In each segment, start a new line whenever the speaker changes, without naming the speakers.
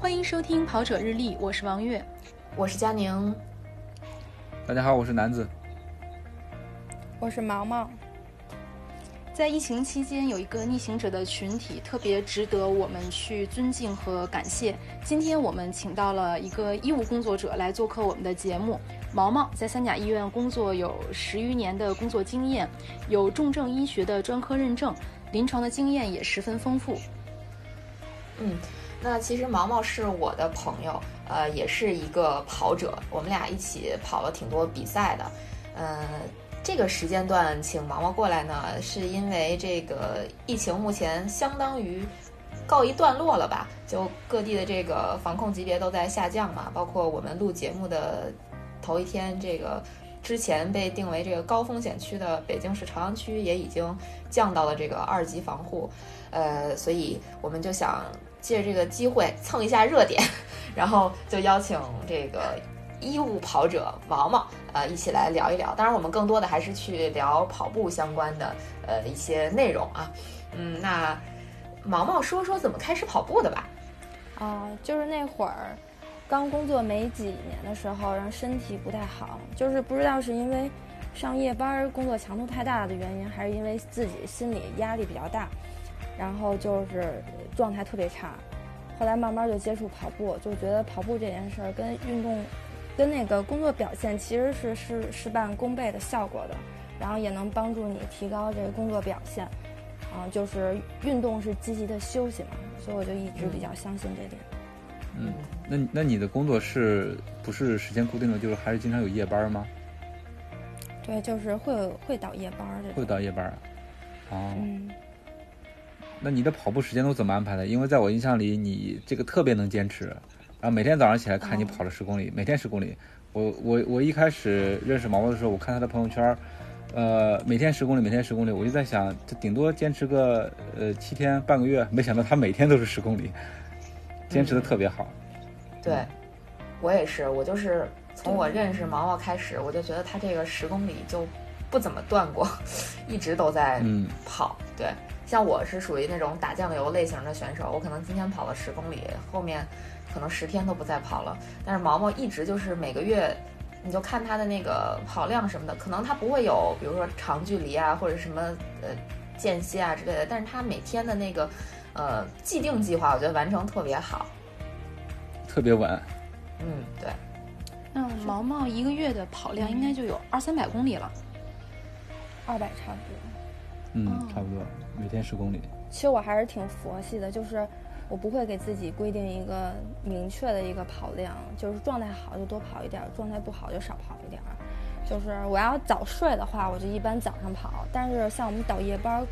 欢迎收听《跑者日历》，我是王悦，
我是佳宁，
大家好，我是南子。
我是毛毛。
在疫情期间，有一个逆行者的群体特别值得我们去尊敬和感谢。今天我们请到了一个医务工作者来做客我们的节目。毛毛在三甲医院工作有十余年的工作经验，有重症医学的专科认证，临床的经验也十分丰富。
嗯，那其实毛毛是我的朋友，呃，也是一个跑者，我们俩一起跑了挺多比赛的，呃，这个时间段请毛毛过来呢，是因为这个疫情目前相当于告一段落了吧？就各地的这个防控级别都在下降嘛，包括我们录节目的头一天，这个之前被定为这个高风险区的北京市朝阳区也已经降到了这个二级防护，呃，所以我们就想借这个机会蹭一下热点，然后就邀请这个医务跑者毛毛呃一起来聊一聊。当然，我们更多的还是去聊跑步相关的呃一些内容啊。嗯，那毛毛说说怎么开始跑步的吧。
啊、就是那会儿刚工作没几年的时候，然后身体不太好，就是不知道是因为上夜班儿工作强度太大的原因，还是因为自己心理压力比较大，然后就是状态特别差。后来慢慢就接触跑步，就觉得跑步这件事儿跟运动、跟那个工作表现其实是事事半功倍的效果的，然后也能帮助你提高这个工作表现。啊，就是运动是积极的休息嘛，所以我就一直比较相信这点。
嗯，那你那你的工作是不是时间固定的？就是还是经常有夜班吗？
对，就是会有会倒夜班儿这
会
种。
倒夜班啊？哦，
嗯，
那你的跑步时间都怎么安排的？因为在我印象里，你这个特别能坚持，然后每天早上起来看你跑了十公里，每天十公里。我我我一开始认识毛毛的时候，我看他的朋友圈儿，呃，每天十公里，每天十公里，我就在想，这顶多坚持个呃七天半个月，没想到他每天都是十公里，坚持的特别好。
对，我也是，我就是从我认识毛毛开始，我就觉得他这个十公里就不怎么断过， 一直都在
嗯
跑。对，像我是属于那种打酱油类型的选手，我可能今天跑了十公里，后面可能十天都不再跑了。但是毛毛一直就是每个月。你就看他的那个跑量什么的，可能他不会有，比如说长距离啊，或者什么呃间歇啊之类的，但是他每天的那个呃既定计划，我觉得完成特别好。
特别稳。
嗯，对。
那毛毛一个月的跑量应该就有二三百公里了。
二百差不多。
嗯
哦，
差不多，每天十公里。
其实我还是挺佛系的，就是我不会给自己规定一个明确的一个跑量，就是状态好就多跑一点儿，状态不好就少跑一点儿。就是我要早睡的话，我就一般早上跑，但是像我们倒夜班儿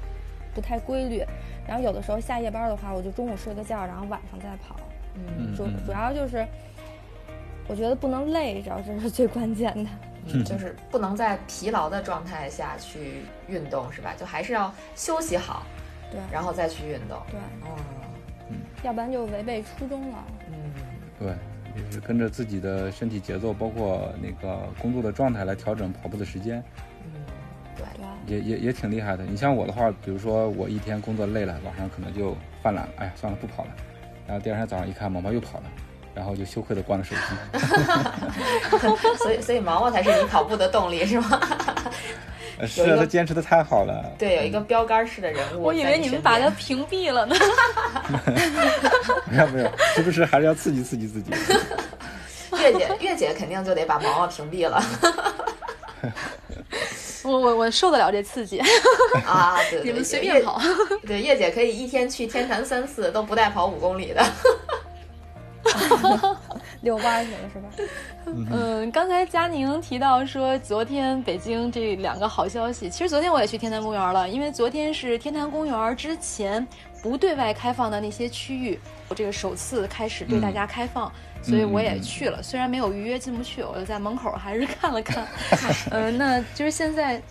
不太规律，然后有的时候下夜班儿的话，我就中午睡个觉，然后晚上再跑。
嗯
嗯
主
嗯
主要就是我觉得不能累着，这是最关键的。
嗯
就是不能在疲劳的状态下去运动，是吧？就还是要休息好，
对
然后再去运动。
对，
嗯
要不然就违背初衷了。
嗯，
对，也是跟着自己的身体节奏，包括那个工作的状态来调整跑步的时间，
嗯对，
对，
也也也挺厉害的。你像我的话，比如说我一天工作累了，晚上可能就犯懒，哎呀，算了，不跑了。然后第二天早上一看，毛毛又跑了，然后就羞愧的关 了手机。哎
所以所以毛毛才是你跑步的动 力，是吗？
呃是
有一
啊，
个
他坚持的太好了。
对，有一个标杆式的人物。
我以为你们把它，屏蔽了呢。
没有没有，时不时还是要刺激刺激自己。
月姐，月姐肯定就得把毛毛屏 蔽了
我我我受得了这刺激，
啊！对，对
你们随
对
便跑。
月对，月姐可以一天去天坛三四都不带跑五公 里的。
遛弯儿去了是吧？
嗯，刚才佳宁提到说，昨天北京这两个好消息，其实昨天我也去天坛公园了，因为昨天是天坛公园之前不对外开放的那些区域，我这个首次开始对大家开放，所以我也去了，虽然没有预约进不去，我就在门口还是看了看。嗯、那就是现在。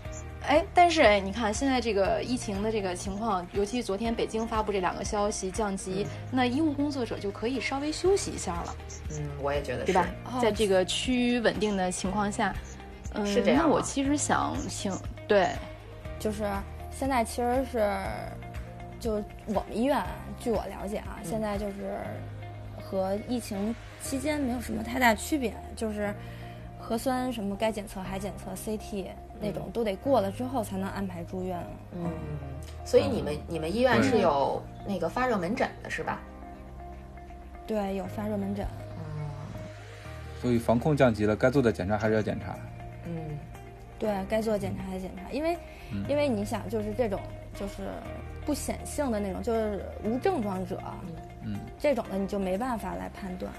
哎，但是哎，你看现在这个疫情的这个情况，尤其昨天北京发布这两个消息降级，那医务工作者就可以稍微休息一下了。
嗯，我也觉得
对
是
吧？
哦
在这个趋于稳定的情况下，嗯，
是这样啊
那我
吗
其实想请，对，
就是现在其实啊
嗯
是，就是我们医院，据我了解啊，现在就是和疫情期间没有什么太大区别，就是核酸什么该检测还检测，CT 那
嗯
种都得过了之后才能安排住院了。
嗯，所以你们你们医院是
对
有那个发热门诊的是吧？
对，有发热门诊。啊
所以防控降级了，该做的检查还是要检查。
嗯
对该做检查还检查，因为、因为你想，就是这种就是不显性的那种，就是无症状者，
嗯，
这种的你就没办法来判断，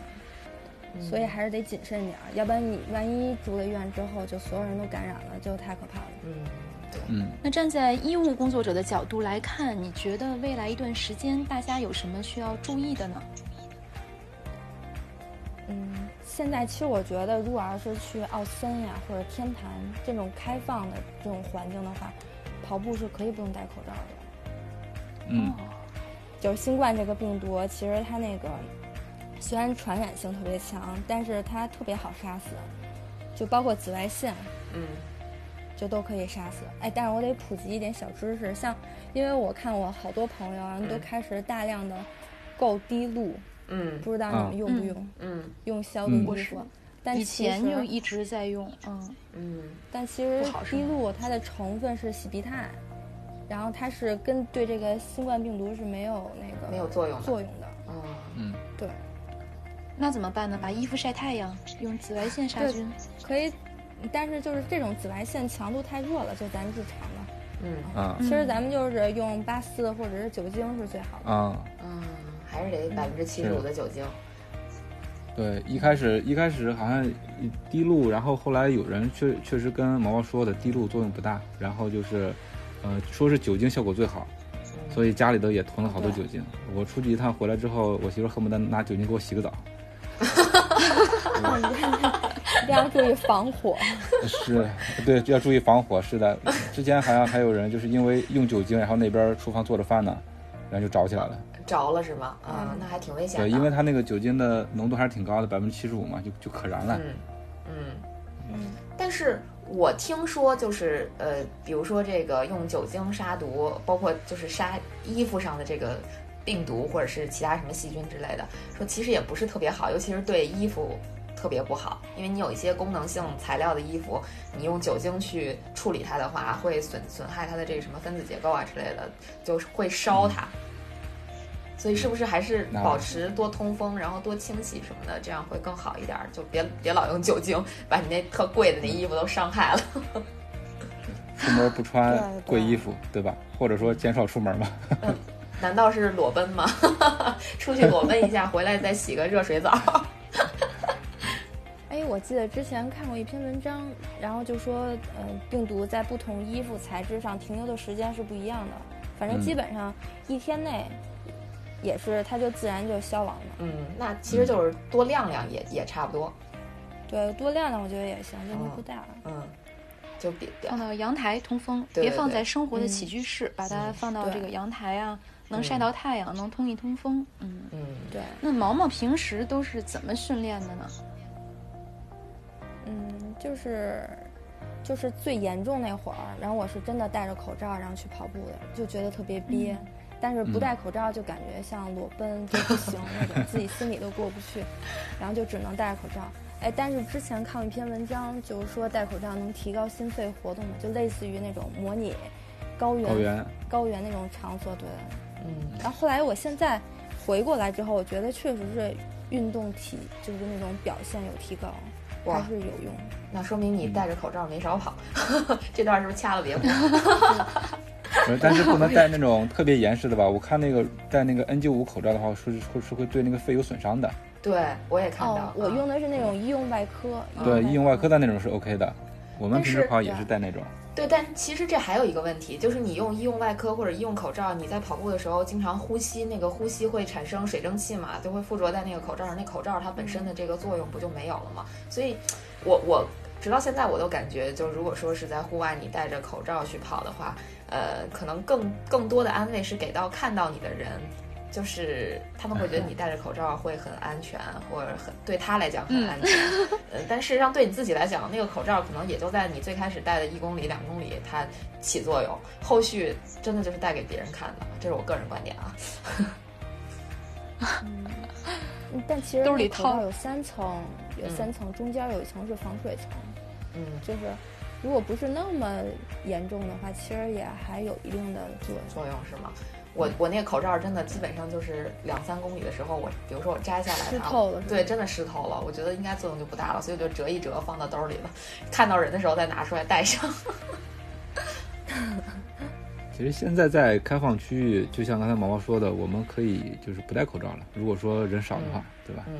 所以还是得谨慎点儿，要不然你万一住了院之后，就所有人都感染了，就太可怕了。
嗯，对。
嗯，
那站在医务工作者的角度来看，你觉得未来一段时间大家有什么需要注意的呢？
嗯，现在其实我觉得，如果要是去奥森呀或者天坛这种开放的这种环境的话，跑步是可以不用戴口罩的。
嗯，
哦
就是新冠这个病毒，其实它那个虽然传染性特别强，但是它特别好杀死，就包括紫外线
嗯
就都可以杀死。哎，但是我得普及一点小知识，像因为我看我好多朋友啊
嗯
都开始大量的购滴露，
嗯
不知道你们用不用、
嗯
用消毒
嗯
我
衣
是
服？但
以
其实
前就一直在用，嗯，
嗯
但其实
不好是吗
滴露它的成分是洗鼻肽，然后它是跟对这个新冠病毒是没有那个
没有作用的
作用的，
嗯
对。
那怎么办呢？把衣服晒太阳，用紫外线杀
对
菌。
可以，但是就是这种紫外线强度太弱了，就咱日常的。
嗯
啊
其实咱们就是用八四或者是酒精是最好的。
啊，
嗯，还是得百分之七十五
是
的酒精。
对，一开始一开始好像滴露，然后后来有人确确实跟毛毛说的，滴露作用不大，然后就是，呃，说是酒精效果最好，所以家里头也囤了好多酒精。我出去一趟回来之后，我媳妇恨不得拿酒精给我洗个澡。
一定要注意防火。
是，对，就要注意防火。是的，之前好像还有人就是因为用酒精，然后那边厨房做着饭呢，然后就着起来了。
着了是吗？啊，那还挺危险的。
对，因为它那个酒精的浓度还是挺高的，百分之七十五嘛，就就可燃了。
嗯嗯，
嗯，
但是我听说就是呃，比如说这个用酒精杀毒，包括就是杀衣服上的这个病毒或者是其他什么细菌之类的，说其实也不是特别好，尤其是对衣服。特别不好，因为你有一些功能性材料的衣服，你用酒精去处理它的话，会损损害它的这个什么分子结构啊之类的，就是会烧它。所以是不是还是
那
保持多通风，然后多清洗什么的，这样会更好一点儿？就别别老用酒精把你那特贵的那衣服都伤害了。
出门不穿
对对
贵衣服，对吧？或者说减少出门嘛。
难道是裸奔吗？ 出去裸奔一下，回来再洗个热水澡。
哎，我记得之前看过一篇文章，然后就说，呃，病毒在不同衣服材质上停留的时间是不一样的，反正基本上一天内也是它就自然就消亡了。
嗯，那其实就是多晾晾也也差不多。
对，多晾晾我觉得也行，问题不大。
嗯，就别别
放到阳台通风，
对嗯
别放
对
在生活的起居室，把它放到
对
这个阳台啊，能晒到太阳，能通一通风。嗯，
嗯
对，
那毛毛平时都是怎么训练的呢？
嗯，就是就是最严重那会儿，然后我是真的戴着口罩然后去跑步的，就觉得特别憋。
嗯
但是不戴口罩就感觉像裸 奔就不行那种，自己心里都过不去，然后就只能戴着口罩。哎，但是之前看过一篇文章，就是说戴口罩能提高心肺活动嘛，就类似于那种模拟高原
高原
高原那种场所，对。
嗯
然后后来我现在回过来之后，我觉得确实是运动体就是那种表现有提高，
哇
还是有用的。
那说明你戴着口罩没少跑。 这段是不是掐了 别播？
呃但是不能戴那种特别严实的吧？我看那个戴那个 N95 口罩的话，是会是会对那个肺有损伤的。
对，我也看
哦
到，。
我
嗯
用的是那种医用外科。
啊对，医用外科的那种是 OK 的。我们
哦但
平
是
时跑也
对
是戴那种。
对，但其实这还有一个问题，就是你用医用外科或者医用口罩，你在跑步的时候经常呼吸，那个呼吸会产生水蒸气嘛，就会附着在那个口罩上，那口罩它本身的这个作用不就没有了吗？所以，我我直到现在我都感觉，就如果说是在户外你戴着口罩去跑的话，呃，可能更更多的安慰是给到看到你的人。就是他们会觉得你戴着口罩会很安全，或者很对他来讲很安全，呃，但事实上对你自己来讲，那个口罩可能也就在你最开始戴的一公里、两公里，它起作用，后续真的就是戴给别人看的，这是我个人观点啊。
嗯但其实
兜里
那个口罩
掏
有三层，
嗯
有三层，中间有一层是防水层，
嗯，
就是如果不是那么严重的话，其实也还有一定的作用。
作用是吗？我我那个口罩真的基本上就是两三公里的时候，我比如说我摘下来
湿
它
透了是吧
对，真的湿透了，我觉得应该作用就不大了，所以我就折一折放到兜里了，看到人的时候再拿出来戴上。
其实现在在开放区域，就像刚才毛毛说的，我们可以就是不戴口罩了。如果说人少的话，对吧？
嗯，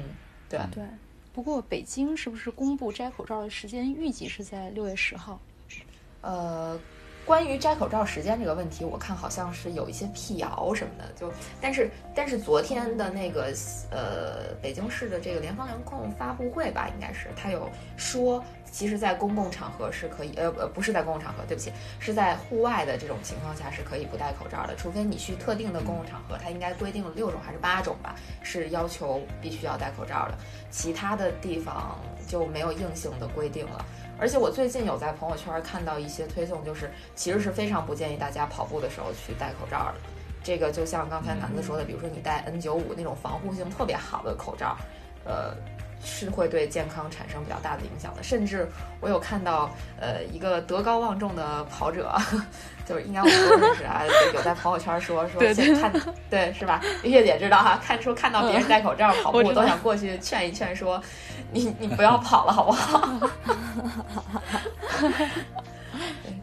对，
对，
不过北京是不是公布摘口罩的时间预计是在六月十号？
呃，关于摘口罩时间这个问题，我看好像是有一些辟谣什么的，就但是但是昨天的那个呃北京市的这个联防联控发布会吧，应该是他有说，其实，在公共场合是可以，呃呃不是在公共场合，对不起，是在户外的这种情况下是可以不戴口罩的，除非你去特定的公共场合，它应该规定了六种还是八种吧，是要求必须要戴口罩的，其他的地方就没有硬性的规定了。而且我最近有在朋友圈看到一些推送，就是其实是非常不建议大家跑步的时候去戴口罩的。这个就像刚才楠子说的，比如说你戴 N95 那种防护性特别好的口罩，呃，是会对健康产生比较大的影响的。甚至我有看到，呃，一个德高望重的跑者， 就是应该我不认识啊，有在朋友圈说说
对对嗯
看，对是吧？月姐知道哈、看说看到别人戴口罩跑
我
步，
知
都
道
想过去劝一劝说，你你不要跑了好不好？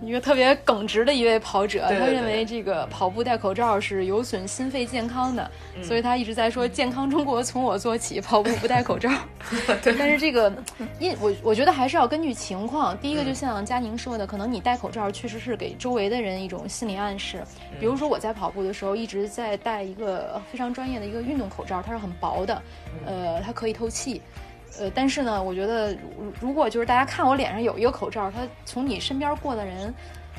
一个特别耿直的一位跑者，
对对
他认为这个跑步戴口罩是有损心肺健康的，
嗯
所以他一直在说“健康中国从我做起”，跑步不戴口罩。
对
但是这个，因我我觉得还是要根据情况。第一个
嗯
就像佳宁说的，可能你戴口罩确实是给周围的人一种心理暗示。
嗯
比如说我在跑步的时候一直在戴一个非常专业的一个运动口罩，它是很薄的，呃，它可以透气。呃，但是呢，我觉得如如果就是大家看我脸上有一个口罩，它从你身边过的人，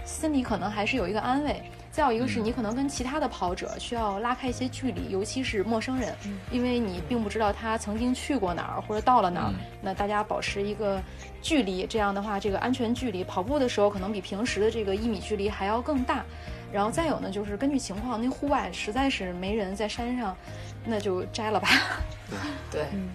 心里可能还是有一个安慰。再有一个是你可能跟其他的跑者需要拉开一些距离，尤其是陌生人，因为你并不知道他曾经去过哪儿或者到了哪儿
嗯，
那大家保持一个距离，这样的话，这个安全距离，跑步的时候可能比平时的这个一米距离还要更大。然后再有呢，就是根据情况，那户外实在是没人，在山上，那就摘了吧。
对，
嗯，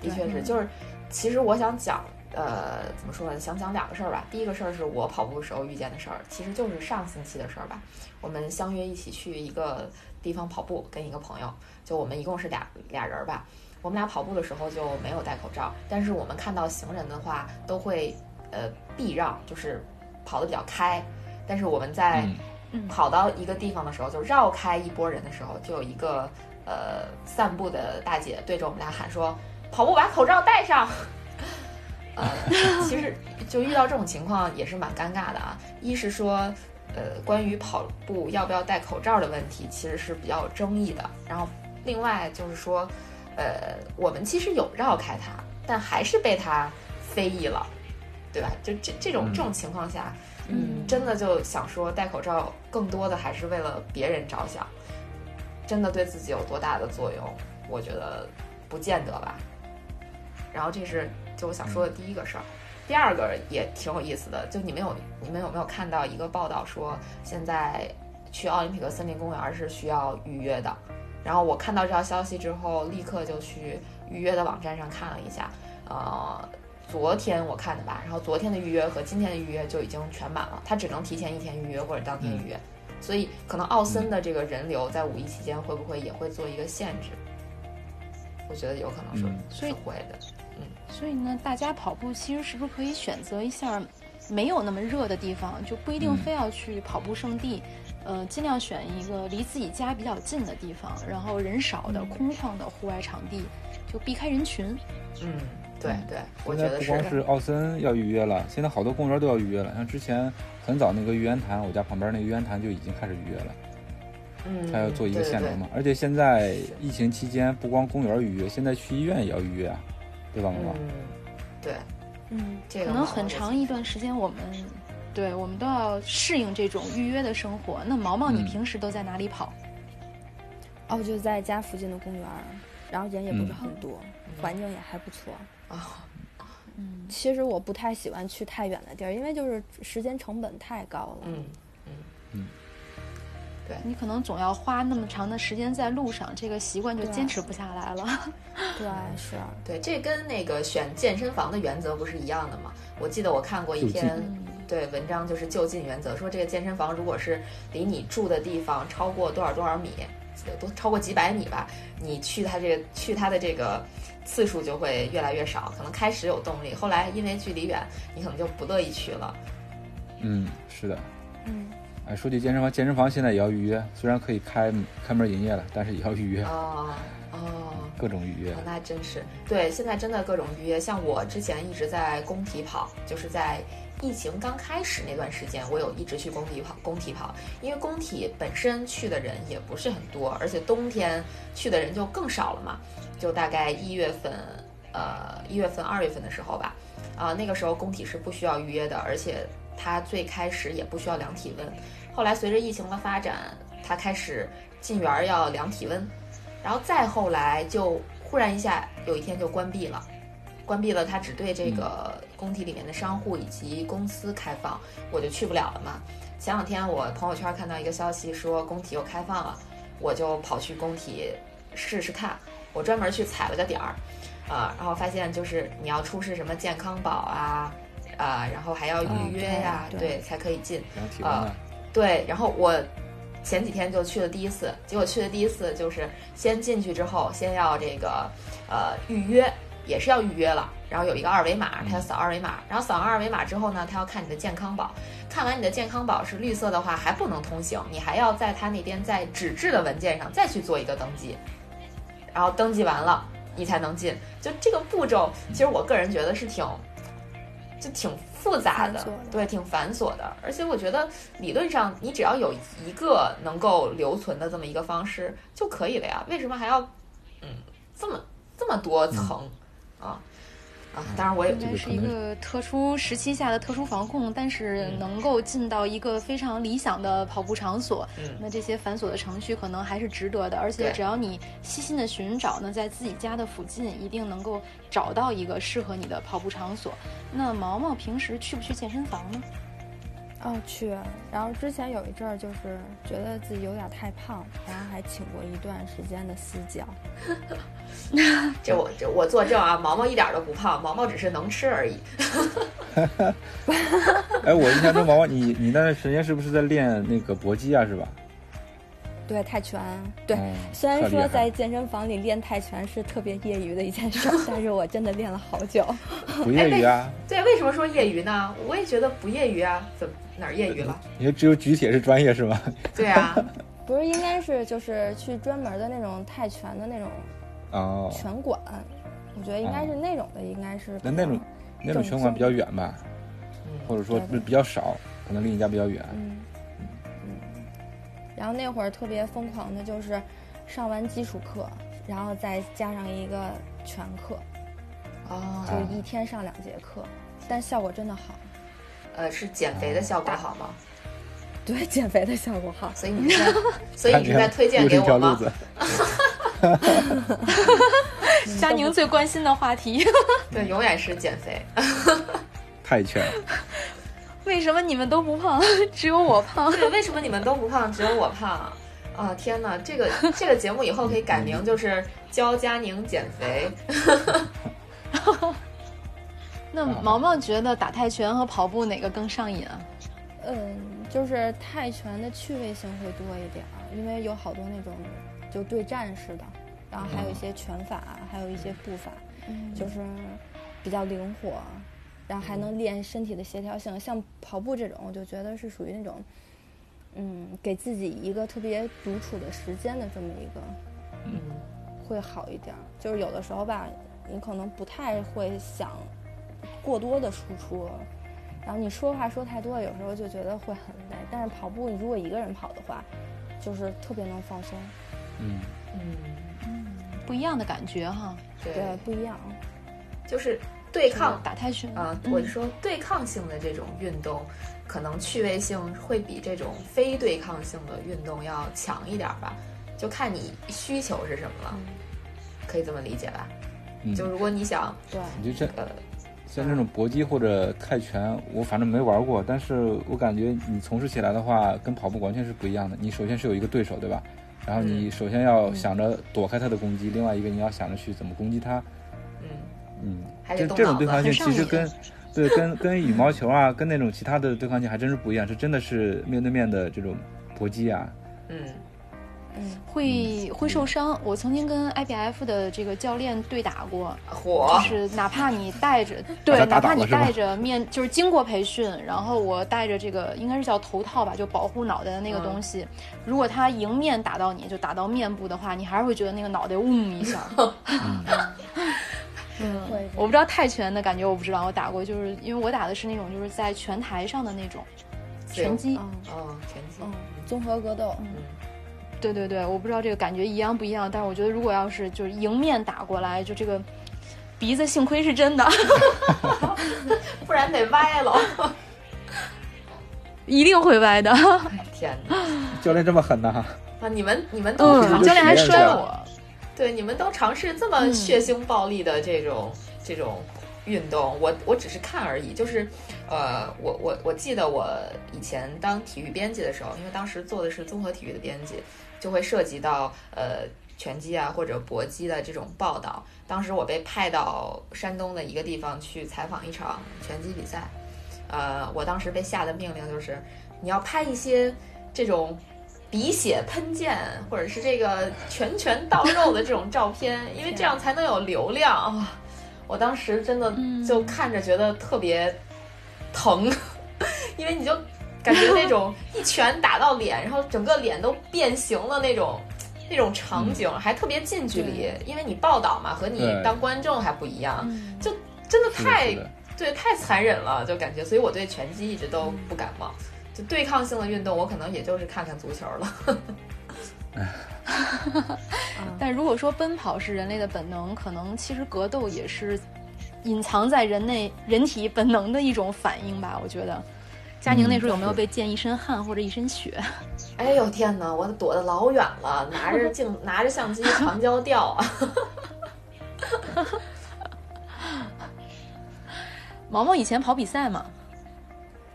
的确是，就是其实我想讲，呃，怎么说呢？想讲两个事儿吧。第一个事儿是我跑步的时候遇见的事儿，其实就是上星期的事儿吧。我们相约一起去一个地方跑步，跟一个朋友，就我们一共是俩俩人儿吧。我们俩跑步的时候就没有戴口罩，但是我们看到行人的话都会呃避让，就是跑得比较开。但是我们在、
嗯
跑到一个地方的时候，就绕开一波人的时候，就有一个呃散步的大姐对着我们俩喊说：“跑步把口罩戴上。”呃，其实就遇到这种情况也是蛮尴尬的啊。一是说，呃，关于跑步要不要戴口罩的问题，其实是比较有争议的。然后另外就是说，呃，我们其实有绕开它，但还是被它非议了，对吧？就这这种
嗯
这种情况下，嗯，
嗯
真的就想说戴口罩，更多的还是为了别人着想，真的对自己有多大的作用，我觉得不见得吧。然后这是就我想说的第一个事儿，第二个也挺有意思的，就你们有你们有没有看到一个报道说，现在去奥林匹克森林公园是需要预约的。然后我看到这条消息之后，立刻就去预约的网站上看了一下，呃，昨天我看的吧，然后昨天的预约和今天的预约就已经全满了，它只能提前一天预约或者当天预约，所以可能奥森的这个人流在五一期间会不会也会做一个限制？我觉得有可能是、
嗯
是会的，
所以呢，大家跑步其实是不是可以选择一下没有那么热的地方，就不一定
嗯
非要去跑步圣地，呃，尽量选一个离自己家比较近的地方，然后人少的、空旷的户外场地，就避开人群。
嗯，对对，我
现
觉
在
得
不
是
光是奥森要预约了，现在好多公园都要预约了。像之前很早那个玉渊潭，我家旁边那个玉渊潭就已经开始预约了，
嗯，
它要做一个
对对
限流
对
嘛。而且现在疫情期间，不光公园预约，现在去医院也要预约啊，对吧，毛毛？
嗯，对，
嗯，
这个
可能
毛
很
我
长一段时间，我们对我们都要适应这种预约的生活。那毛毛，你
嗯
平时都在哪里跑？
哦，就在家附近的公园儿，然后人也不是
嗯
很多，环境也还不错。
啊，
嗯，
其实我不太喜欢去
嗯
太远的地儿，因为就是时间成本太高了。
嗯对
你可能总要花那么长的时间在路上，这个习惯就
对
坚持不下来了。
对，是，啊
对，这跟那个选健身房的原则不是一样的吗？我记得我看过一篇
就
对文章，就是就近原则，说这个健身房如果是离你住的地方超过多少多少米，都超过几百米吧，你去它这个去它的这个次数就会越来越少。可能开始有动力，后来因为距离远，你可能就不乐意去了。
嗯，是的。
嗯，
哎，说起健身房，健身房现在也要预约，虽然可以开开门营业了，但是也要预约，
哦哦。
各种预约
哦。那真是对，现在真的各种预约。像我之前一直在工体跑，就是在疫情刚开始那段时间，我有一直去工体跑，工体跑，因为工体本身去的人也不是很多，而且冬天去的人就更少了嘛，就大概一月份，呃，一月份、二月份的时候吧，啊、那个时候工体是不需要预约的，而且它最开始也不需要量体温，后来随着疫情的发展，它开始进园儿要量体温，然后再后来就忽然一下有一天就关闭了，关闭了，它只对这个工体里面的商户以及公司开放，我就去不了了嘛。前两天我朋友圈看到一个消息说工体又开放了，我就跑去工体试试看，我专门去踩了个点儿，啊、然后发现就是你要出示什么健康宝啊，啊、然后还要预约呀、
嗯对对
对，才可以进。
量体温啊 呢？
对，然后我前几天就去了第一次，结果去的第一次就是先进去之后，先要这个呃预约，也是要预约了，然后有一个二维码，他要扫二维码，然后扫完二维码之后呢，他要看你的健康宝，看完你的健康宝是绿色的话还不能通行，你还要在他那边在纸质的文件上再去做一个登记，然后登记完了你才能进，就这个步骤，其实我个人觉得是挺。就挺复杂的，
繁琐的
对，挺繁琐的。而且我觉得理论上，你只要有一个能够留存的这么一个方式就可以了呀，为什么还要嗯这么这么多层、啊啊？当然我也
应
这
该
个
是
可
一
能
个特殊时期下的特殊防控，但是
嗯
能够进到一个非常理想的跑步场所，
嗯
那这些繁琐的程序可能还是值得的。而且
对
只要你细心的寻找呢，在自己家的附近一定能够找到一个适合你的跑步场所。那毛毛平时去不去健身房呢？
哦去，然后之前有一阵儿就是觉得自己有点太胖，然后还请过一段时间的私教，
这我这我作证啊，毛毛一点都不胖，毛毛只是能吃而已。
哎，我印象中毛毛，你你那段时间是不是在练那个搏击啊？是吧？
对泰拳，对，
嗯
虽然
特厉
说
害
在健身房里练泰拳是特别业余的一件 事儿，但是我真的练了好久。
不业余 啊，
对，为什么说业余呢？我也觉得不业余啊，怎么哪儿业余了？
你说只有举铁是专业是吗？
对啊，
不是，应该是就是去专门的那种泰拳的那种
哦，
拳馆，我觉得应该是那种的，应该是
那那种那种拳馆比较远吧，或
嗯，
者说
对对
比较少，可能离你家比较远。
嗯嗯。然后那会儿特别疯狂的就是上完基础课，然后再加上一个拳课，
哦，
就是一天上两节课，但效果真的好，
呃，是减肥的效果好吗？
对减肥的效果好。
所以你是在，所以
感
你
觉
是在推荐
又是
给
一条
我
路
吗？
子。
佳宁最关心的话题，
对，永远是减肥。
泰拳，
为什么你们都不胖， 只有我胖？
对，为什么你们都不胖，只有我胖？啊天哪，这个这个节目以后可以改名，就是教佳宁减肥。
那毛毛觉得打泰拳和跑步哪个更上瘾啊？
嗯，就是泰拳的趣味性会多一点儿，因为有好多那种就对战式的，然后还有一些拳法，还有一些步法，就是比较灵活，然后还能练身体的协调性。像跑步这种，我就觉得是属于那种，嗯，给自己一个特别独处的时间的这么一个
嗯，
会好一点儿。就是有的时候吧，你可能不太会想过多的输出，然后你说话说太多，有时候就觉得会很累。但是跑步，你如果一个人跑的话，就是特别能放松，
嗯，
嗯，
不一样的感觉哈。
对
对，，
不一样。
就是对抗
打泰拳
啊，
嗯
我是说对抗性的这种运动，可能趣味性会比这种非对抗性的运动要强一点儿吧，就看你需求
嗯
是什么了，可以这么理解吧？
嗯
就如果你想
对，
你就这
呃
像这种搏击或者泰拳，我反正没玩过，但是我感觉你从事起来的话，跟跑步完全是不一样的。你首先是有一个对手，对吧？然后你首先要想着躲开他的攻击，另外一个你要想着去怎么攻击他。
嗯，
嗯，
还
这
得动
这种
脑
对
子
抗性
很
其
上
实
瘾
跟对跟跟羽毛球啊，跟那种其他的对抗性还真是不一样，是真的是面对面的这种搏击啊。
嗯
会会受伤。我曾经跟 IBF 的这个教练对打过，
火
就，是哪怕你带着
把他
对，
打
哪
倒
怕
了
你
是吧
带着面，就是经过培训，然后我带着这个应该是叫头套吧，就保护脑袋的那个
嗯
东西。如果他迎面打到你，就打到面部的话，你还是会觉得那个脑袋嗡一下。
会
我不知道泰拳的感觉，我不知道我打过，就是因为我打的是那种就是在拳台上的那种
对
拳击。
嗯
嗯，拳击，
嗯，综合格斗，
对对对，我不知道这个感觉一样不一样，但是我觉得如果要是就是迎面打过来，就这个鼻子幸亏是真的，
不然得歪了。
一定会歪的。
天哪！
教练这么狠呐、
啊，你们你们
嗯
都
这就，
尝
是
教练还
实验
摔
一下
我。
对，你们都尝试这么血腥暴力的这种、这种运动，我我只是看而已。就是，呃，我我我记得我以前当体育编辑的时候，因为当时做的是综合体育的编辑，就会涉及到呃拳击啊或者搏击的这种报道。当时我被派到山东的一个地方去采访一场拳击比赛，呃，我当时被下的命令就是，你要拍一些这种鼻血喷溅或者是这个拳拳到肉的这种照片，因为这样才能有流量啊。我当时真的就看着觉得特别疼， 因为你就感觉那种一拳打到脸，然后整个脸都变形的那种。那种场景还特别近距离，因为你报道嘛，和你
对
当观众还不一样，
嗯
就真的
是的
太
是的
对，太残忍了，就感觉，所以我对拳击一直都
嗯
不感冒。就对抗性的运动，我可能也就是看看足球了。
但如果说奔跑是人类的本能，可能其实格斗也是隐藏在人类人体本能的一种反应吧。我觉得，佳宁那时候有没有被溅一身汗或者一身血？
哎呦天哪，我躲得老远了，拿着镜， 拿着相机长焦调啊！
毛毛以前跑比赛嘛，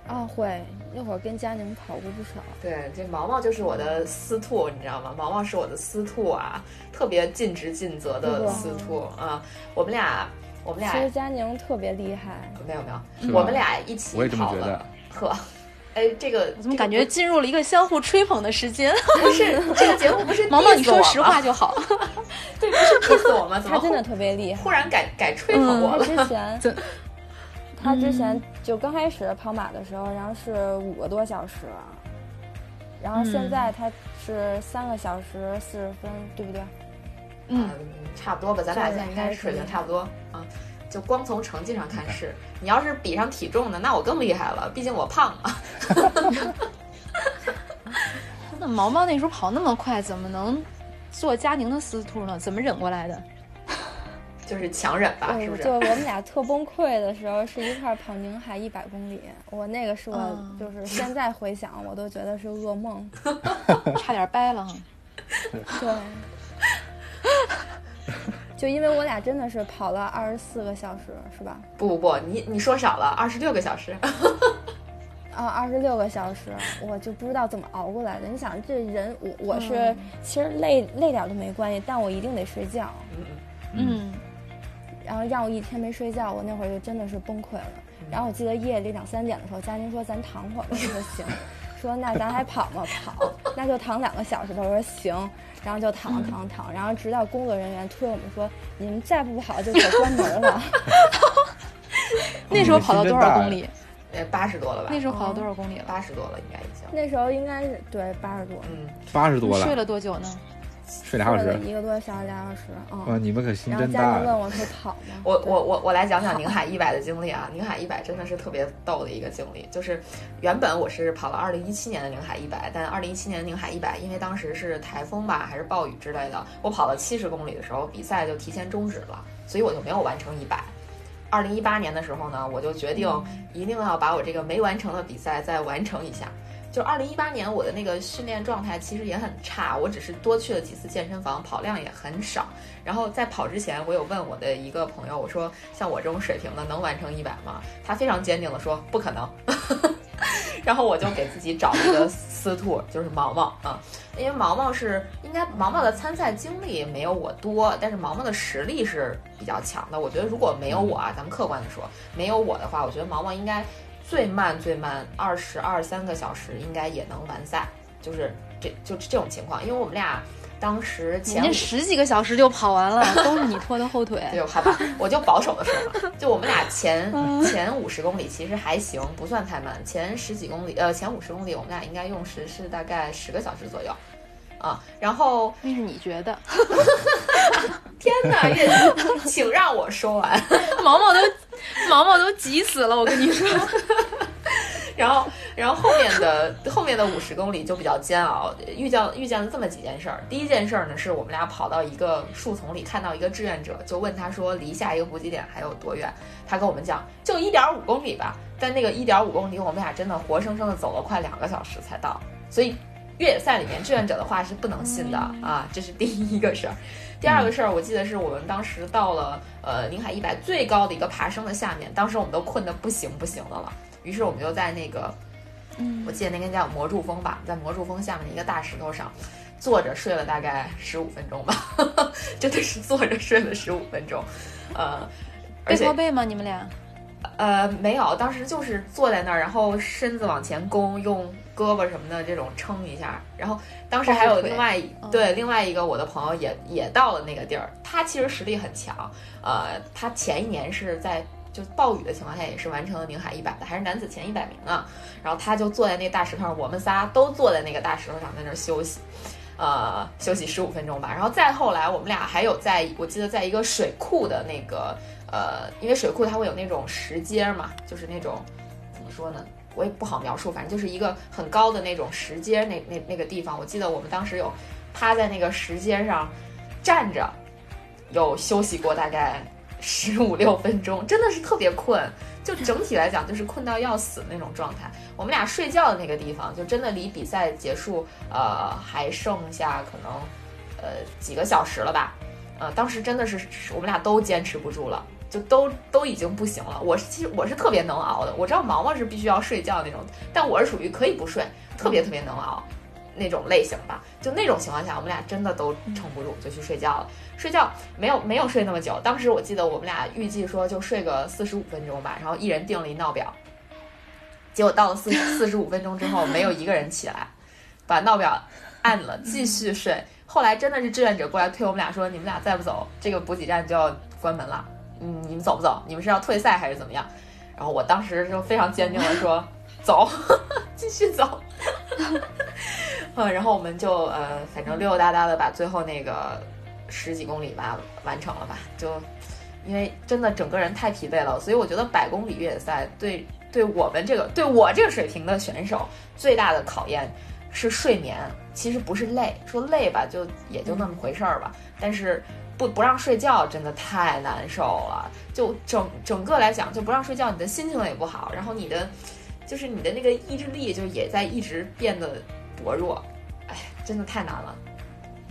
啊会，那会儿跟佳宁跑过不少，
对，这毛毛就是我的私兔，你知道吗？毛毛是我的私兔啊，特别尽职尽责的
哇
私兔啊。我们俩，我们俩
其实佳宁特别厉害，
没有没
是
有，
吧
我们俩一起
我也这么
跑
觉
了
得。
呵， 哎，这个
我怎么感
这
觉
个
进入了一个相互吹捧的时间？
不不是这个节目不 是
毛毛，
diss
你说
我
实
吗
话，就好。
对，不是 diss 我吗？怎么
他真的
忽
特别厉害。
忽然改改吹捧我
他
了？
嗯之 前
怎，
他之前就刚开始跑马的时候，然后是五个多小时，然后现在他是三个小时四十分，对不对？
嗯，
嗯，差不多吧，咱俩现在应该是水平差不多啊。就光从成绩上看是，你要是比上体重呢，那我更厉害了， 毕竟我胖啊。
那毛毛那时候跑那么快，怎么能做佳宁的司徒呢？怎么忍过来 的？
就是强忍吧，
嗯
啊是不是
就？我们俩特崩溃的时候，是一块儿跑宁海一百公里，我那个是我
嗯
就是现在回想，我都觉得是 噩梦。
差点掰了哈。
对，就因为我俩真的是跑了二十四个小时，是吧？
不不不，你你说少了，二十六个小时。嗯
啊，二十六个小时，我就不知道怎么熬过来的。你想，这人我我是、
嗯
其实累累点儿都没关系，但我一定得睡觉。
嗯，
然后让我一天没睡觉，我那会儿就真的是崩溃了。
嗯
然后我记得夜里两三点的时候，佳宁说咱躺会儿吧，我说 行，说那咱还跑吗？跑，那就躺两个小时吧。我说行，然后就躺
嗯
躺躺，然后直到工作人员推我们说你们再不跑就可关门了。
那时候跑到多少公里？
呃，八十多了吧
那？时候跑到多少公里了？
八十多了，应该已经。
那时候应该是对八十多，
嗯，
八十多
睡
了，
了多久呢？
睡俩小
睡了
时。
一个多小时俩小时，
哇，
嗯。
你们可心
然后
真
佳
大啊
宁
呀
问！我说跑吗？
我
对
我我我来讲讲宁海一百的经历啊，宁海一百真的是特别逗的一个经历，就是原本我是跑了二零一七年的宁海一百，但二零一七年的宁海一百因为当时是台风吧还是暴雨之类的，我跑了七十公里的时候比赛就提前终止了，所以我就没有完成一百。二零一八年的时候呢，我就决定一定要把我这个没完成的比赛再完成一下。就二零一八年我的那个训练状态其实也很差，我只是多去了几次健身房，跑量也很少。然后在跑之前，我有问我的一个朋友，我说像我这种水平的能完成一百吗？他非常坚定的说不可能。 然后我就给自己找了一个司徒，就是毛毛啊，因为毛毛是应该毛毛的参赛经历没有我多，但是毛毛的实力是比较强的。我觉得如果没有我啊，咱们客观的说，没有我的话，我觉得毛毛应该最慢最慢二十二三个小时应该也能完赛，就是这就这种情况。因为我们俩当时
你
前
这
五
十几个小时就跑 完了，都是你拖的后腿。
对，好吧，我就保守的说嘛，就我们俩前前五十公里其实还行，不算太慢。前十几公里，呃，前五十公里我们俩应该用时是大概十个小时左右，啊，然后
那是你觉得，
天哪，叶子，请让我说完。
毛毛都毛毛都急死了，我跟你说。
然后，然后后面的后面的五十公里就比较煎熬，遇见遇见了这么几件事儿。第一件事儿呢，是我们俩跑到一个树丛里，看到一个志愿者，就问他说离下一个补给点还有多远？他跟我们讲就一点五公里吧。但那个一点五公里，我们俩真的活生生的走了快两个小时才到。所以越野赛里面志愿者的话是不能信的啊，这是第一个事儿。第二个事儿，我记得是我们当时到了呃宁海一百最高的一个爬升的下面，当时我们都困得不行不行的了，于是我们就在那个
嗯
我，记得那天叫魔柱峰吧，在魔柱峰下面的一个大石头上坐着睡了大概十五分钟吧， 真的是坐着睡了十五分钟，呃， 而
背
且
靠背吗？你们俩？
呃没有，当时就是坐在那儿，然后身子往前弓，用胳膊什么的这种撑一下，然后当时还有另外一
嗯
对另外一个我的朋友也也到了那个地儿，他其实实力很强，呃，他前一年是在。就暴雨的情况下，也是完成了宁海一百的，还是男子前一百名啊。然后他就坐在那个大石头上，我们仨都坐在那个大石头上，在那儿休息，呃，休息十五分钟吧。然后再后来，我们俩还有在，我记得在一个水库的那个，呃，因为水库它会有那种石阶嘛，就是那种怎么说呢，我也不好描述，反正就是一个很高的那种石阶，那那那个地方，我记得我们当时有趴在那个石阶上站着，有休息过大概十五六分钟，真的是特别困，就整体来讲就是困到要死那种状态。我们俩睡觉的那个地方，就真的离比赛结束，呃，还剩下可能呃几个小时了吧。呃，当时真的是我们俩都坚持不住了，就都都已经不行了。我是其实我是特别能熬的，我知道毛毛是必须要睡觉那种，但我是属于可以不睡，特别特别能熬那种类型吧。就那种情况下，我们俩真的都撑不住，就去睡觉了。睡觉没有没有睡那么久，当时我记得我们俩预计说就睡个四十五分钟吧，然后一人定了一闹表，结果到了四四十五分钟之后，没有一个人起来，把闹表按了，继续睡。后来真的是志愿者过来推我们俩说，你们俩再不走，这个补给站就要关门了。嗯，你们走不走？你们是要退赛还是怎么样？然后我当时就非常坚定的说，走， 继续走。嗯，然后我们就呃，反正溜溜达达的把最后那个十几公里吧完成了吧，就因为真的整个人太疲惫了，所以我觉得百公里越野赛对对我们这个对我这个水平的选手最大的考验是睡眠，其实不是累，说累吧就也就那么回事儿吧，
嗯
但是不不让睡觉真的太难受了，就整整个来讲就不让睡觉，你的心情也不好，然后你的就是你的那个意志力就也在一直变得薄弱，哎，真的太难了。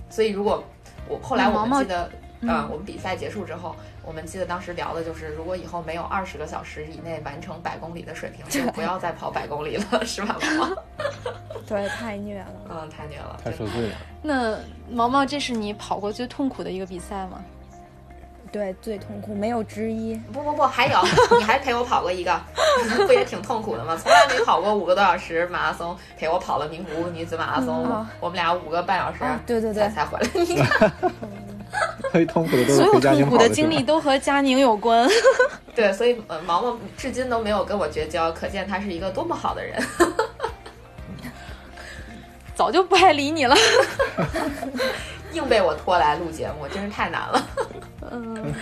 所以如果我后来
那
我
毛
们
毛
记得，
嗯
呃，我们比赛结束之后，我们记得当时聊的就是，如果以后没有二十个小时以内完成百公里的水平，就不要再跑百公里了， 是吧，毛 毛？
对，太虐了。
嗯，太虐了，
太受罪了。
那毛毛，这是你跑过最痛苦的一个比赛吗？
对，最痛苦，没有之一。
不不不，还有，你还陪我跑过一个，不也挺痛苦的吗？从来没跑过五个多小时马拉松，陪我跑了名古屋女子马拉松，
嗯
哦
啊
我们俩五个半小时，
啊
嗯
对对对
才才回来。 你看，
所以痛苦的都
所
是
有
回家已
痛
经
苦
跑
的
了
经历
是吧
都和佳宁有关。
对，所以呃毛毛至今都没有跟我绝交，可见他是一个多么好的人。
早就不爱理你了。
硬被我拖来录节目，真是太难了。
嗯。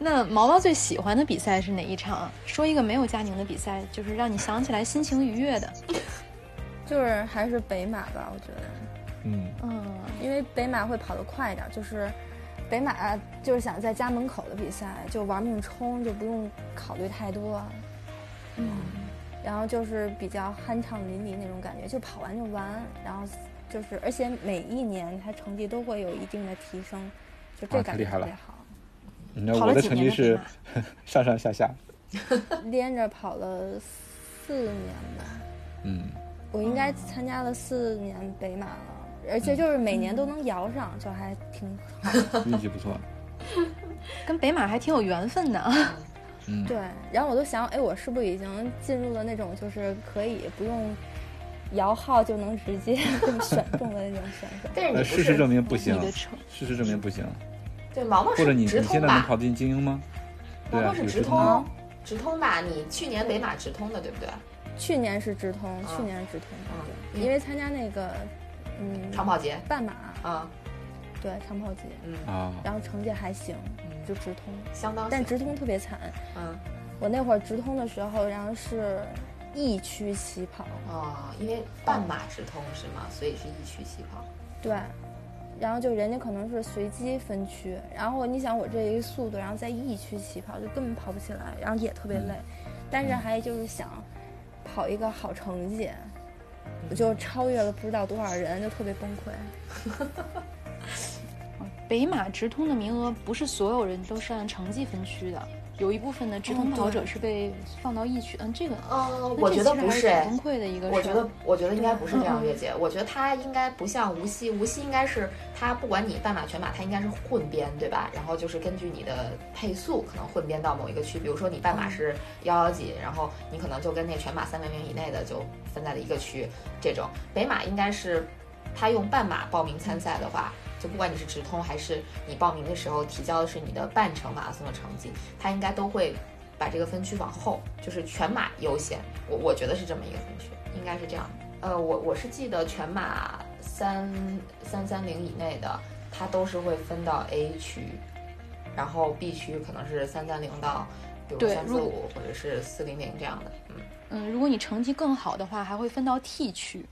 那毛毛最喜欢的比赛是哪一场？说一个没有佳宁的比赛，就是让你想起来心情愉悦的。
就是还是北马吧，我觉得，
嗯，
嗯，
因为北马会跑得快一点，就是北马就是想在家门
嗯
口的比赛就玩命冲，就不用考虑太多。然后就是比较酣畅淋漓那种感觉，就跑完就完，然后就是而且每一年他成绩都会有一定的提升，就这
啊
感
太
觉
厉
特
害了
别好。
你知道
跑
我
了
的
几
成
年
绩
了
是上上下下，
连着跑了四年吧，
嗯，
我应该参加了四年北马了，而且就是每年都能摇上，就还挺
运气不错，
跟北马还挺有缘分的。
嗯，
对，然后我都想，哎，我是不是已经进入了那种就是可以不用摇号就能直接 就选中的那种选手？
但是你
呃，
不
事
是
实证明不
你
行，
的成
事实证明不行，
对毛毛
或者
是
你你
直
现
通
在能
吧？
考进精英吗？
毛
对
毛
啊，
是
有
直
直
通
吗？
哦，直通吧？你去年北马直通的对不对？
去年是直通，
啊
去年是直通，
啊
对，因为参加那个嗯
长跑节
半马，
啊，
对长跑节，
嗯
啊，
然后成绩还行，
嗯，
就直通，
相当
但
哦行
直通特别惨。
嗯
我那会儿直通的时候，然后是一区起跑，
哦，因为半马直通是吗？所以是一区起跑。
对，然后就人家可能是随机分区，然后你想我这一速度，然后在 E 区起跑，就根本跑不起来，然后也特别
嗯
累，但是还就是想跑一个好成绩，我就
嗯
超越了不知道多少人，就特别崩溃。
北马直通的名额不是所有人都是按成绩分区的，有一部分的直通
哦
跑者
对
是被放到一区。嗯，这个
嗯，
那
我
这
觉得
其实
不
还
是
挺
哎
崩，溃的一个事儿。
我觉得，我觉得应该不是这样，
嗯嗯
月姐。我觉得他应该不像无锡，无锡应该是他不管你半马全马，他应该是混编，对吧？然后就是根据你的配速，可能混编到某一个区。比如说你半
嗯
马是幺幺几，然后你可能就跟那全马三百米以内的就分在了一个区。这种北马应该是他用半马报名参赛的话。就不管你是直通还是你报名的时候提交的是你的半程马拉松的成绩，他应该都会把这个分区往后，就是全马优先。我我觉得是这么一个分区，应该是这样的。呃，我我是记得全马三三三零以内的，它都是会分到 A 区，然后 B 区可能是三三零到，比如
对
三四
如
五或者是四零零这样的。嗯，
嗯，如果你成绩更好的话，还会分到 T 区，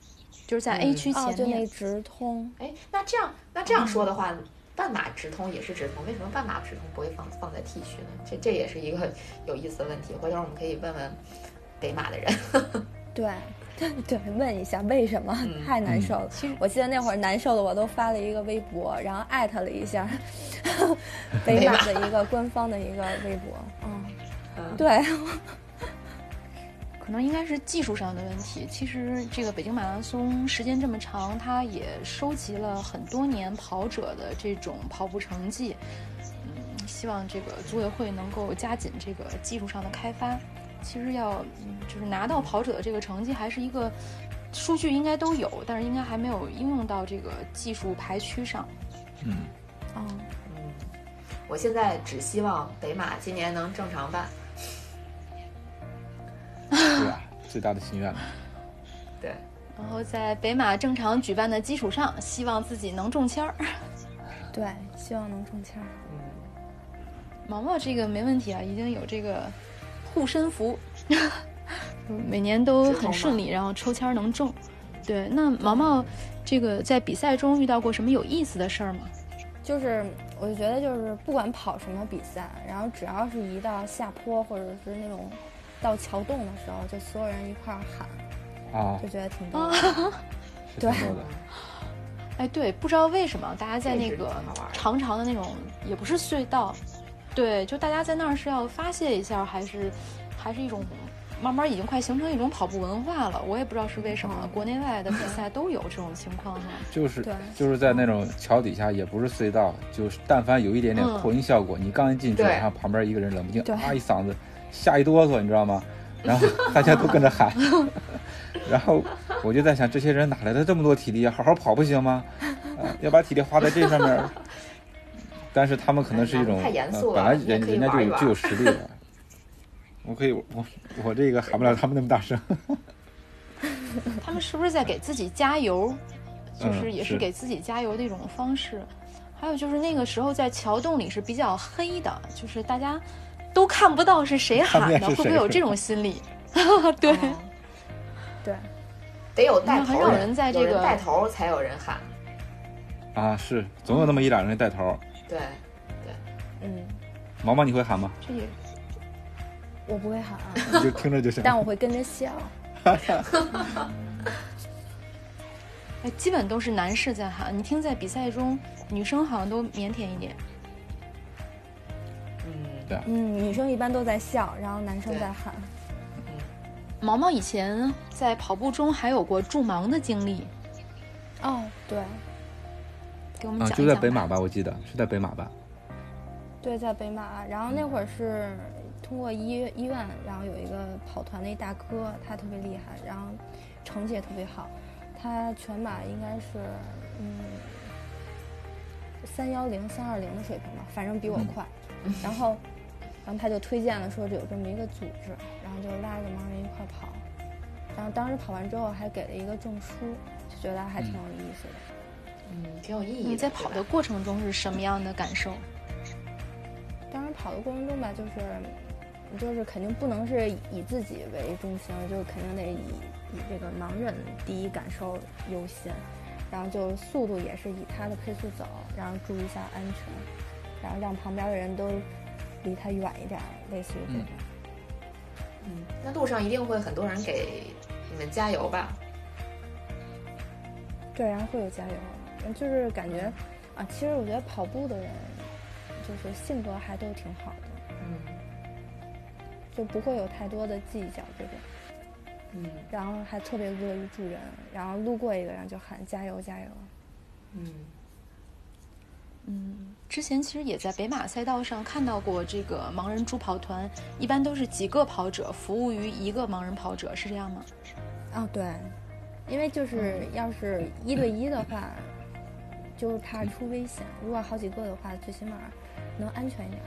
就是在 A
嗯
区
哦，
前
就那
面。
直通，
哎，那这样那这样说的话，半马直通也是直通，为什么半马直通不会放放在 T 区呢？这这也是一个 有意思的问题，回头我们可以问问北马的人。
对。对对，问一下为什么、
嗯
太难受了、
其实
我记得那会儿难受的，我都发了一个微博，然后艾特了一下 北
北
马
马
的一个官方的一个微博。
哦
嗯，
嗯，
对，
可能应该是技术上的问题。其实这个北京马拉松时间这么长，它也收集了很多年跑者的这种跑步成绩。嗯，希望这个组委会能够加紧这个技术上的开发。其实要嗯就是拿到跑者的这个成绩，还是一个数据应该都有，但是应该还没有应用到这个技术排区上。
嗯，
哦
嗯，
嗯，我现在只希望北马今年能正常办。
对啊，最大的心愿了，
对，
然后在北马正常举办的基础上，希望自己能中签儿。
对，希望能中签儿。
嗯，
毛毛这个没问题啊，已经有这个护身符，每年都很顺利，然后抽签儿能中。对，那毛毛这个在比赛中遇到过什么有意思的事儿吗？
就是我就觉得，就是不管跑什么比赛，然后只要是一到下坡或者是那种到桥洞的时候，就所有人一块儿喊，
啊
就，觉得挺多的。
是
对
挺多的，
哎，对，不知道为什么大家在那
这也是挺
个
好玩的
长长的那种，也不是隧道，对，就大家在那儿是要发泄一下，还是还是一种慢慢已经快形成一种跑步文化了。我也不知道是为什么，
嗯
国内外的比赛都有这种情况哈。
就是
对
就是在那种桥底下，也不是隧道，就是但凡有一点点
嗯
扩音效果，你刚一进去，
对
然后旁边一个人冷不丁
对
啊一嗓子，吓一哆嗦，你知道吗？然后大家都跟着喊，然后我就在想，这些人哪来的这么多体力啊？好好跑不行吗？啊，要把体力花在这上面儿。但是他们可能是一种
哎太严肃了
呃本来
你也
人
可以
人家就
玩一
有
玩
就有实力了。我可以，我我这个喊不了他们那么大声。
他们是不是在给自己加油？就
嗯
是也是
是
给自己加油的一种方式。还有就是那个时候在桥洞里是比较黑的，就是大家都看不到是谁
看不
喊
见
的，会
是
不会
谁
有这种心理？ 对，
哦
对，
得有带头
很少人在这个
有人带头才有人喊。
啊，是，总有那么一两人带头儿。
对，
嗯，
毛毛，你会喊吗？
这也
我不会喊，啊
你就听着就行。
但我会跟着笑。
哎，基本都是男士在喊。你听，在比赛中，女生好像都腼腆一点。
嗯，
对啊，
嗯，女生一般都在笑，然后男生
对
在喊。
毛毛以前在跑步中还有过助盲的经历，
哦，对，
给我们
啊，
讲一讲。
就在北马。吧，我记得是在北马吧。
对，在北马，然后那会儿是通过医医院，然后有一个跑团的一大哥，他特别厉害，然后成绩也特别好，他全马应该是嗯三幺零、三二零的水平吧，反正比我快。然后，然后他就推荐了说有这么一个组织，然后就拉着盲人一块儿跑，然后当时跑完之后还给了一个证书，就觉得还挺有意思的。
嗯，挺有意义的。
你在跑的
对吧
过程中是什么样的感受？
当时跑的过程中吧，就是就是肯定不能是以自己为中心，就肯定得以以这个盲人第一感受优先，然后就速度也是以他的配速走，然后注意一下安全，然后让旁边的人都离他远一点，类似于这种。
嗯，那路上一定会很多人给你们加油吧？
对，然后会有加油，嗯就是感觉啊，其实我觉得跑步的人就是性格还都挺好的，
嗯
就不会有太多的计较这种。
嗯
然后还特别乐于助人，然后路过一个人就喊加油加油。
嗯
嗯，之前其实也在北马赛道上看到过这个盲人助跑团，一般都是几个跑者服务于一个盲人跑者，是这样吗？
哦，对，因为就是要是一对一的话，就是怕出危险；如果好几个的话，最起码能安全一点。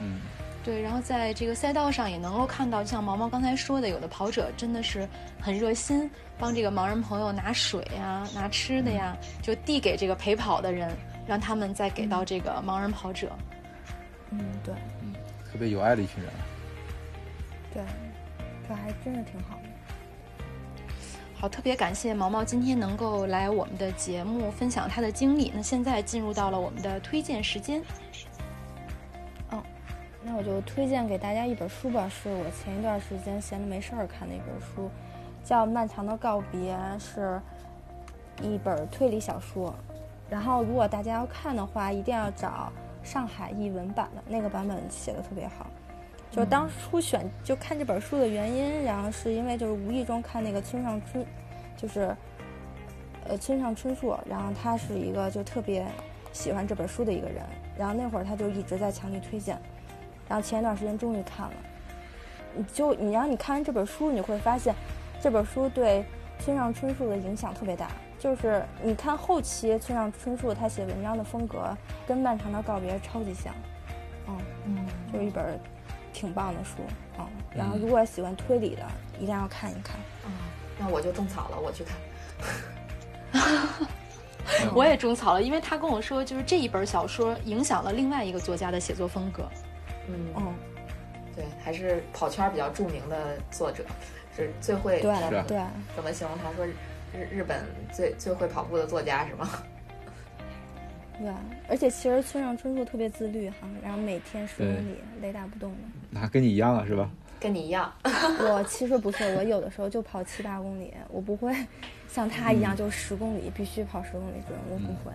嗯，
对，然后在这个赛道上也能够看到，就像毛毛刚才说的，有的跑者真的是很热心，帮这个盲人朋友拿水呀、拿吃的呀，就递给这个陪跑的人，让他们再给到这个盲人跑者。
嗯，对
特别有爱的一群人。
对，这还真是挺好的。
好，特别感谢毛毛今天能够来我们的节目分享他的经历。那现在进入到了我们的推荐时间，
那我就推荐给大家一本书吧，是我前一段时间闲着没事儿看的一本书，叫《漫长的告别》，是一本推理小说。然后，如果大家要看的话，一定要找上海译文版的那个版本，写的特别好。就是当初选就看这本书的原因，然后是因为就是无意中看那个村上春，就是呃村上春树，然后他是一个就特别喜欢这本书的一个人，然后那会儿他就一直在强力推荐，然后前一段时间终于看了，你就你然后你看完这本书，你会发现这本书对村上春树的影响特别大。就是你看后期村上春树他写文章的风格跟《漫长的告别》超级像，嗯，
嗯，
就是一本挺棒的书啊、嗯然后如果喜欢推理的，一定要看一看。
啊，那我就种草了，我去看。
哎我也种草了，因为他跟我说，就是这一本小说影响了另外一个作家的写作风格。
嗯，
嗯，
对，还是跑圈儿比较著名的作者，是最会
对
他
是啊
对
怎么形容他说日日本最最会跑步的作家是吗？
对，而且其实村上春树特别自律哈，然后每天十公里，雷打不动的。
那跟你一样啊了是吧？
跟你一样，
我其实不错，我有的时候就跑七八公里，我不会像他一样就十公里、必须跑十公里这种，我不会。